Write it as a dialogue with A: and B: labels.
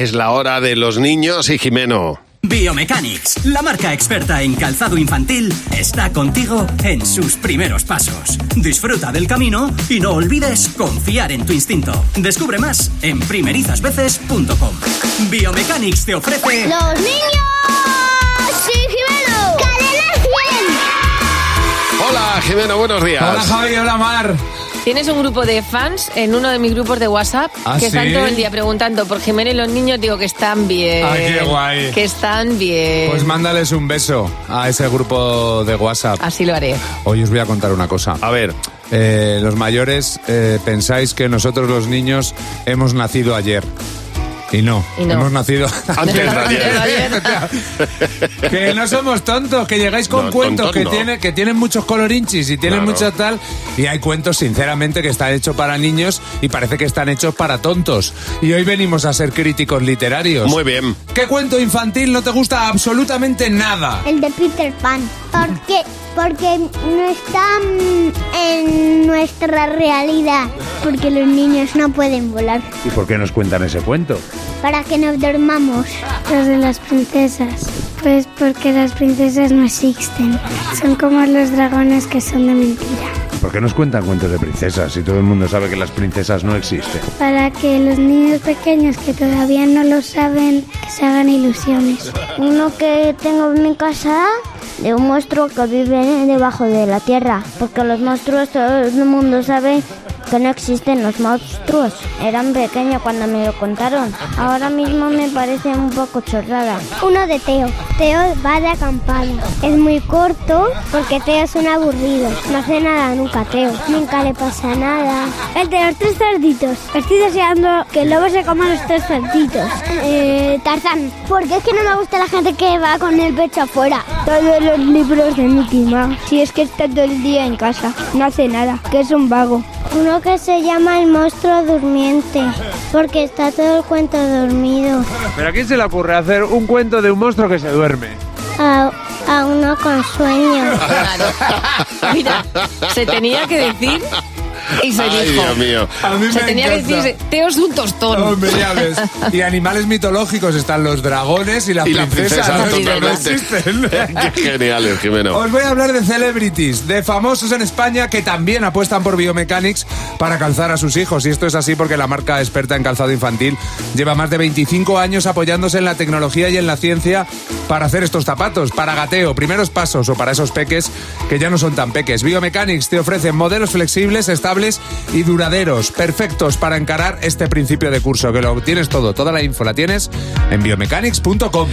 A: Es la hora de los niños y Jimeno.
B: Biomechanics, la marca experta en calzado infantil, está contigo en sus primeros pasos. Disfruta del camino y no olvides confiar en tu instinto. Descubre más en primerizasveces.com. Biomechanics te ofrece
C: ¡Los niños! ¡Sí, Jimeno!
A: Hola, Jimeno, buenos días.
D: Hola Javi, hola Mar.
E: Tienes un grupo de fans en uno de mis grupos de WhatsApp
D: ¿Ah,
E: que están
D: sí?
E: todo el día preguntando por Jimena y los niños. Digo que están bien.
D: Ay, Ah, qué guay.
E: Que están bien.
D: Pues mándales un beso a ese grupo de WhatsApp.
E: Así lo haré.
D: Hoy os voy a contar una cosa.
A: A ver,
D: Eh, los mayores eh, pensáis que nosotros los niños hemos nacido ayer. Y no,
E: Y no.
D: hemos nacido
A: Antes de ayer.
E: Antes de ayer.
D: O sea, que no somos tontos, que llegáis con
A: No,
D: cuentos
A: tontos
D: que,
A: no.
D: tiene, que tienen muchos colorinchis y tienen
A: Claro.
D: mucho tal. Y hay cuentos, sinceramente, que están hechos para niños y parece que están hechos para tontos. Y hoy venimos a ser críticos
E: Pues-
D: literarios.
A: muy bien.
D: ¿Qué cuento infantil no te gusta absolutamente nada?
C: El de Peter Pan. Porque, porque no está mm, en nuestra realidad. Porque los niños no pueden volar.
F: ¿Y por qué nos cuentan ese cuento?
C: Para que nos dormamos.
G: Los de las princesas. Pues porque las princesas no existen. Son como los dragones que son de mentira.
F: ¿Por qué nos cuentan cuentos de princesas si todo el mundo sabe que las princesas no existen?
G: Para que los niños pequeños que todavía no lo saben, que se hagan ilusiones.
C: Uno que tengo en mi casa de un monstruo que vive debajo de la tierra. Porque los monstruos, todo el mundo sabe que no existen los monstruos. Eran pequeños cuando me lo contaron. Ahora mismo me parece un poco chorrada. Uno de Teo. Teo va de acampada. Es muy corto porque Teo es un aburrido. No hace nada nunca Teo. Nunca le pasa nada. El de los tres cerditos. Estoy deseando que el lobo se coma los tres cerditos. Eh, Tarzán. Porque es que no me gusta la gente que va con el pecho afuera. Todos los libros de Mickey Mouse. Si es que está todo el día en casa. No hace nada. Que es un vago. Uno que se llama el monstruo durmiente. Porque está todo el cuento dormido.
F: ¿Pero a quién se le ocurre hacer un cuento de un monstruo que se duerme?
C: A, a uno con sueño.
E: Claro. Mira, se tenía que decir y se
A: Ay,
E: dijo.
A: Dios mío.
D: A mí
E: Se
D: me
E: tenía que
D: encanta.
E: decir, Teo es un tostón.
D: Hombre, ya ves. Y animales mitológicos están los dragones y las
A: Y la
D: princesas.
A: princesa,
D: ¿no?
A: totalmente.
D: No existen.
A: Qué genial es, Jimeno.
D: Os voy a hablar de celebrities, de famosos en España que también apuestan por biomechanics para calzar a sus hijos. Y esto es así porque la marca experta en calzado infantil lleva más de 25 años apoyándose en la tecnología y en la ciencia para hacer estos zapatos, para gateo, primeros pasos o para esos peques que ya no son tan peques. Biomechanics te ofrecen modelos flexibles, estables y duraderos, perfectos para encarar este principio de curso, que lo tienes todo, toda la info la tienes en biomechanics.com.